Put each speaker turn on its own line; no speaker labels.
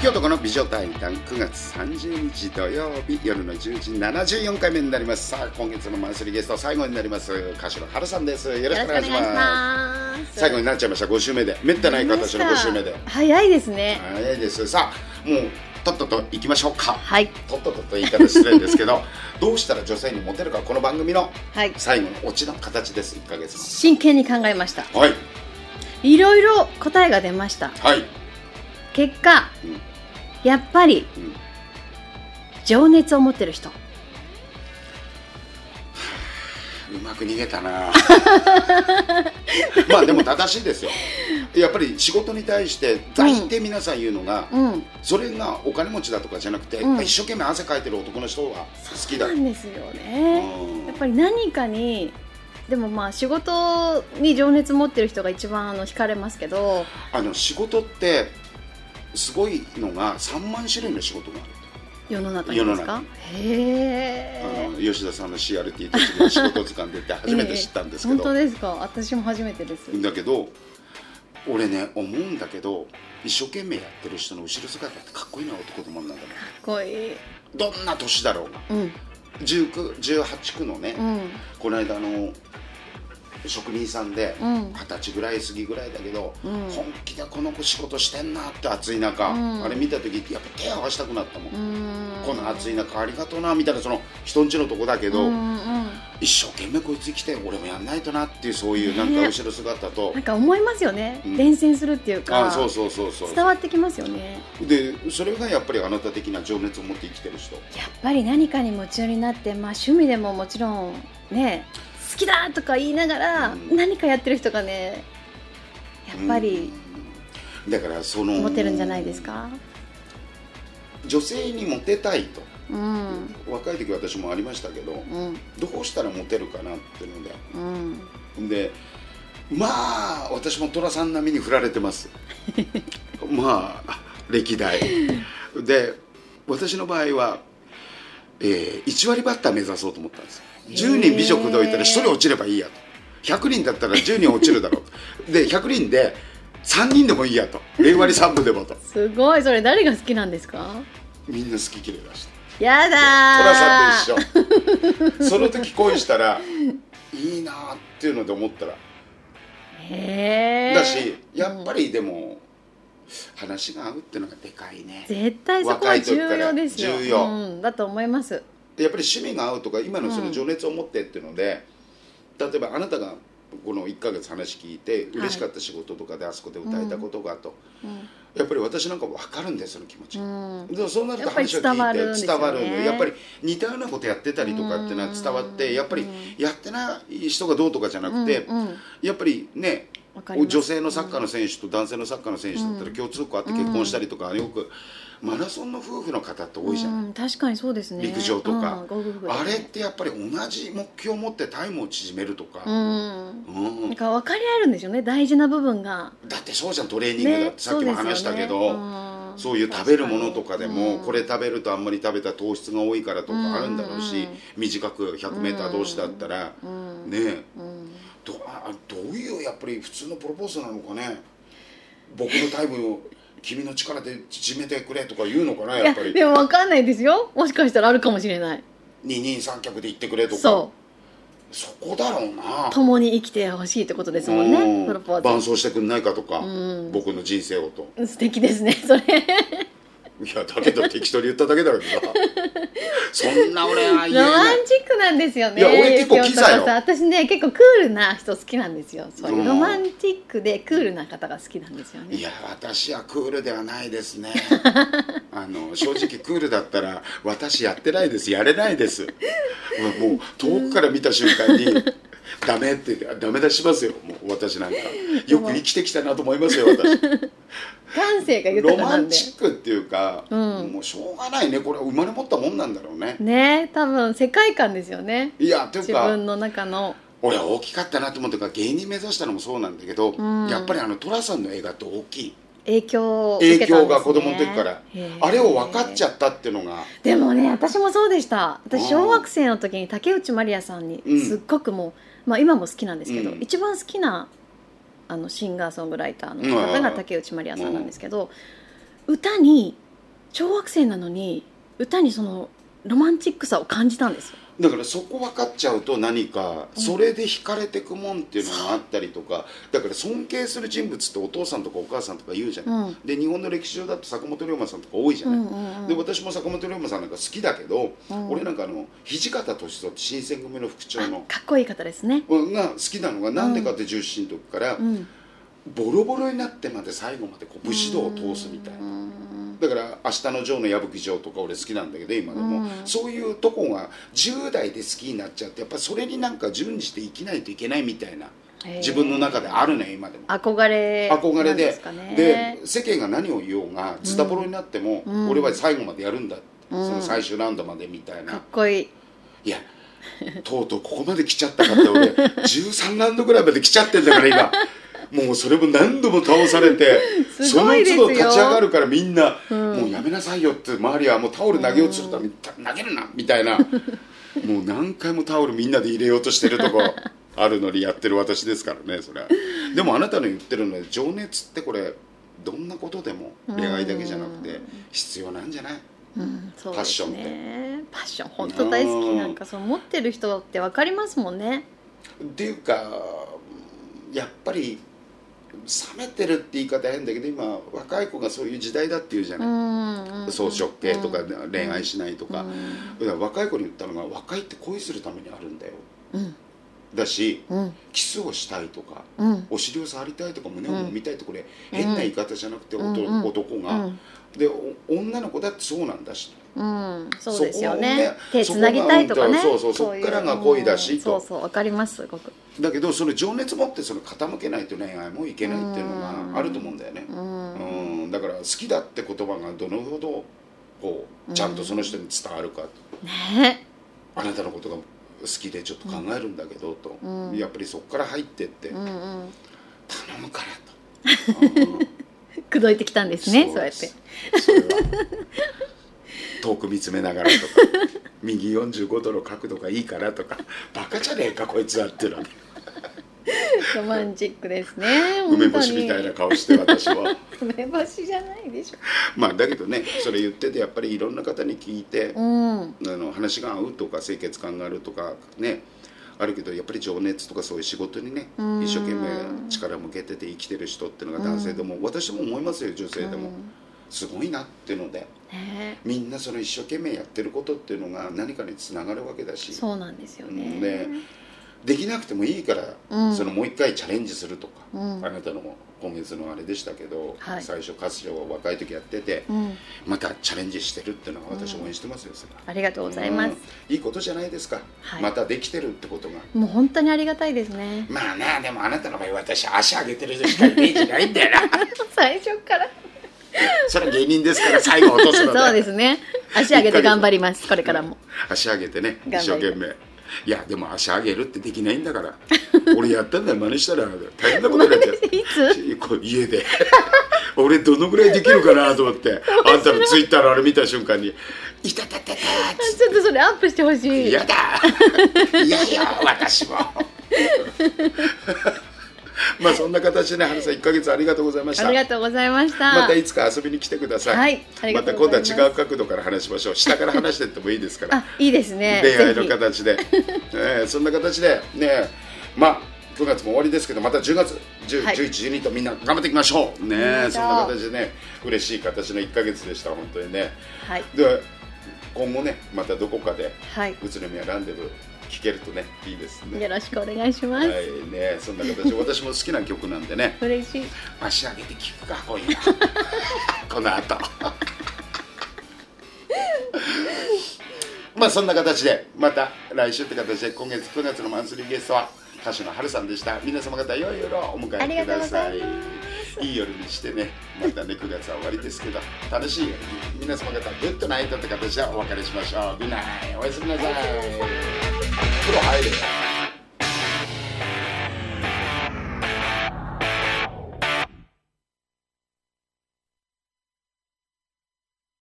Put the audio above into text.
女対談9月30日土曜日夜の10時74回目になりますさあ今月のマンスリーゲスト最後になります歌手の春さんですよろしくお願いします
ます
最後になっちゃいました5週目でめったない形の5週目で
早いですね。
早いですさあもうとっとと行きましょうか
はい
とっととと言い方失礼ですけど どうしたら女性にモテるかこの番組の
はい。
最後のオチの形です1ヶ月
真剣に考えました。
のはい
いろいろ答えが出ました。
はい
結果、
うん
やっぱり
うん
情熱を持ってる人。
うまく逃げたな まあでも正しいですよやっぱり仕事に対して大抵皆さん言うのが、
うん。
それがお金持ちだとかじゃなくて、
うん
一生懸命汗かいてる男の人は好きだ
そうなんですよ
う
ね。
ん
やっぱり何かに。でもまあ仕事に情熱持ってる人が一番あの惹かれますけど
あの仕事ってすごいのが3万種類の仕事があ
世の中にです
世の
か
中
へ
る、あ
え
の吉田さんの CRT という仕事図鑑でって初めて知ったんですけ
本当
ど、
ですか私も初めてです
だけど俺ね思うんだけど一生懸命やってる人の後ろ姿ってかっこいいのは男どもなんだか
かっこいい
らどんな年だろうが
うん
19 18区のね、
うん
この間あの職人さんで
うん
二十歳ぐらい過ぎぐらいだけど、
うん
本気でこの子仕事してんなって暑い中、
うん
あれ見た時やっぱ手合わせたくなったもん、こ
こ
の暑い中ありがとうなみたいなその人んちのとこだけど、一生懸命こいつ生きて俺もやんないとなっていうそういうなん
ね
か後ろ姿と、
なんか思いますよね、
うん
伝染するっていうか
あそうそうそうそう
伝わってきますよね
でそれがやっぱりあなた的な情熱を持って生きてる人
やっぱり何かに夢中になって、まあ、趣味でももちろんね好きだとか言いながら、
うん
何かやってる人がねやっぱり、
うんだからその
モテるんじゃないですか
女性にモテたいと
うん
若い時私もありましたけど
うん
どうしたらモテるかなっていうので
うん
でまあ私も寅さん並みに振られてますまあ歴代で私の場合は、えー1割バッター目指そうと思ったんです10人美女口説いたら1人落ちればいいやと100人だったら10人落ちるだろうとで100人で3人でもいいやと0割3分でもと
すごいそれ誰が好きなんですか
みんな好き嫌いだした
やだ
寅さん
緒
と一緒その時恋した らいいなーっていうので思ったら
へえ
だしやっぱりでも話が合うっていうのがでかいね
絶対そこは重要ですよ
若い時から重
うん、だと思います
でやっぱり趣味が合うとか今のその情熱を持ってっていうので、例えばあなたがこの1ヶ月話聞いて嬉しかった仕事とかであそこで歌えたことがと、
うん
やっぱり私なんか分かるんだよその気持ち、
うん
でもそうなると
やっぱり
話を聞いて
伝わるんですよね
伝わるのよやっぱり似たようなことやってたりとかってのは伝わって、
うん
やっぱりやってない人がどうとかじゃなくて、
うんうん
やっぱりね
わかります
女性のサッカーの選手と男性のサッカーの選手だったら共通項あって結婚したりとか、よくマラソンの夫婦の方って多いじゃない、
うん、確かにそうですね
陸上とか、
うんゴルフ
あれってやっぱり同じ目標を持ってタイムを縮めるとか、
うん
うん
なんか分かり合えるんですよね大事な部分が
だってそうじゃんトレーニングだって、さっきも話したけど。そういう食べるものとかでも、これ食べるとあんまり食べた糖質が多いからとかあるんだろうし、
うん
短く 100m 同士だったら、
うん
ねえ
うん
どあどういうやっぱり普通のプロポーズなのかね僕のタイムを君の力で縮めてくれとか言うのかないや
や
っぱり
でも分かんないですよもしかしたらあるかもしれない
二人三脚で言ってくれとか
そ
そこだろうな
う共に生きてほしいってことですもん
うん
ねプロポー
伴奏してくんないかとか、
うん
僕の人生をと
ズ素敵ですねそれ
いやだけど適当に言っただけだけど さそんな俺は言え
ロ
な
マ
い
ンチックなんですよね
いや俺結構キザよ
ゆきおとかさ私ね結構クールな人好きなんですよそういう
うん
ロマンチックでクールな方が好きなんですよね
いや私はクールではないです ねあの正直クールだったら私やってないですやれないですもうもう遠くから見た瞬間に「ダメ」って言ってダメ出しますよもう私なんかよく生きてきたなと思いますよ私
感性が豊
ロ
かな
マ
ん
ン
で
チックっていうか、
うん
もうしょうがないねこれは生まれ持ったもんなんだろうね
ね多分世界観ですよね
いやとい
自
うか
分の中の
俺は大きかったなと思うとか芸人目指したのもそうなんだけど、
うん
やっぱりあの寅さんの映画って大きい
影響を受
影
けたんで
響
す、ね、
が子供の時から、
へー
あれを分かっちゃったっていうのが
でもね私もそうでした
うん
私小学生の時に竹内まりやさんに
うん
すっごくもう、まあ、今も好きなんですけど、
うん
一番好きなあのシンガーソングライターの方
うん
が竹内まりやさんなんですけど、歌に小学生なのに歌にそのロマンチックさを感じたんですよ
だからそこ分かっちゃうと何かそれで惹かれてくもんっていうのがあったりとかだから尊敬する人物ってお父さんとかお母さんとか言うじゃない、
うん
で日本の歴史上だと坂本龍馬さんとか多いじゃない、
うんうんうん
で私も坂本龍馬さんなんか好きだけど、
うん
俺なんかあの土方歳三って新選組の副長
あ
の
かっこいい方ですね
が好きなのがなんでかって重心の時から、
うん
ボロボロになってまで最後までこう武士道を通すみたいな
う。ん
だから「明日のジョーの矢吹城」とか俺好きなんだけど今でも、
うん
そういうとこが10代で好きになっちゃってやっぱそれになんか順次して生きないといけないみたいな
へー
自分の中であるね今でも
憧れ
憧れ
なん
で
ですかね
で世間が何を言おうがズタボロになっても、
うん
俺は最後までやるんだ、
うん
その最終ラウンドまでみたいな、
かっこいい
いやとうとうここまで来ちゃったかって俺13ラウンドぐらいまで来ちゃってんだから今。もうそれも何度も倒されて
すごいですよ
その都度立ち上がるからみんな、
うん
もうやめなさいよって周りはもうタオル投げようとするために、投げるなみたいなもう何回もタオルみんなで入れようとしてる とこあるのにやってる私ですからねそれはでもあなたの言ってるのは情熱ってこれどんなことでも恋愛だけじゃなく
う
て
ん
必要なんじゃない
うんそう
パ
で
ッショ
す
ンって
ねパッション本当大好きなんかそう持ってる人って分かりますもんね
っていうかやっぱり冷めてるって言い方変だけど今若い子がそういう時代だっていうじゃ
う
ない、
んうんうん
草食系とか恋愛しないとか,、
うん
だから若い子に言ったのが若いって恋するためにあるんだよ
うん
だし
うん
キスをしたいとか
うん
お尻を触りたいとか胸を揉みたいとかこれ、
うん
変な言い方じゃなくて、
うん
男
うん
男
う
が、
ん
でお女の子だってそうなんだし
うん、そうですよね
そこをね
手つなぎたいとかね
そこがそうそう
い
そっからが恋だし
うん
と
そうそうわかりますすごく
だけどその情熱持ってその傾けないと恋愛もいけないっていうのがあると思うんだよね、
うん
うん、だから好きだって言葉がどのほどこうちゃんとその人に伝わるかと、
ね
あなたのことが好きでちょっと考えるんだけどと、
うん
やっぱりそこから入ってって、
う
頼
んうん
むからと、うん
口説いてきたんです ねそうやっ
で
て
すそれは遠く見つめながらと か右45度の角度がいいからとかバカじゃねえかこいつはっていう のはね
ロマンチックですね本当に
梅干しみたいな顔して私は。
梅干しじゃないでし
まあだけどねそれ言っててやっぱりいろんな方に聞いて、
ょうん
あの話が合うとか清潔感があるとかねあるけどやっぱり情熱とかそういう仕事にね
うん
一生懸命力を向けてて生きてる人っていうのが男性でも私も思いますよ女性でも
うん
すごいなっていうので
ね
みんなその一生懸命やってることっていうのが何かにつながるわけだし
そうなんですよね
うんねできなくてもいいから、
うん
そのもう一回チャレンジするとか、
うん
あなたの今月のあれでしたけど、
はい
最初活動を若い時やってて
うん
またチャレンジしてるっていうのは私応援してますよ、それは
ありがとうございます
うんいいことじゃないですか、
はい
またできてるってことが
もう本当にありがたいです ね
まあなでもあなたの場合私足上げてるしかイメージないんだよ な
最初から
それは芸人ですから最後落とすの
そうですね足上げて頑張りますこれからも
足上げてね一
頑張り
生
たい
懸命いやでも足上げるってできないんだから俺やったんだよ真似したら大変なことになっちゃう
いつ
こう家で 俺どのぐらいできるかなと思ってあんたのツイッターのあれ見た瞬間に「いたたたた」っつって
ちょっとそれアップしてほしい
嫌だ 嫌よ私も まあそんな形でね春さん1か月ありがとうございました
ありがとうございました
またいつか遊びに来てください、
はいあり
また
がとう
今
ご
度
ざ
はい
ます
違う角度から話しましょう下から話してってもいいですから
あいいですね
恋愛の
ぜひ
形で、ええそんな形でねまあ9月も終わりですけどまた10月10、
はい
11、12とみんな頑張っていきましょうね
頑張りまし
そ
ょ
ん
う
な形でね嬉しい形の1か月でした本当にね
はい
で今後ねまたどこかで
はい
宇都宮ランデブー聴けるとねいいですね
よろしくお願いしま
は
す、
いねそんな形で私も好きな曲なんでね
嬉しい
足上げて聴くか 今夜この後まあそんな形でまた来週って形で今月9月のマンスリーゲストは歌手の春さんでした皆様方良い夜をお迎えくださ
あ
い
りがとうござい
いい夜にしてねまたね9月は終わりですけど楽しい夜に皆様方グッドナイトって形でお別れしましょうグッナイおやすみなさい風呂入れよ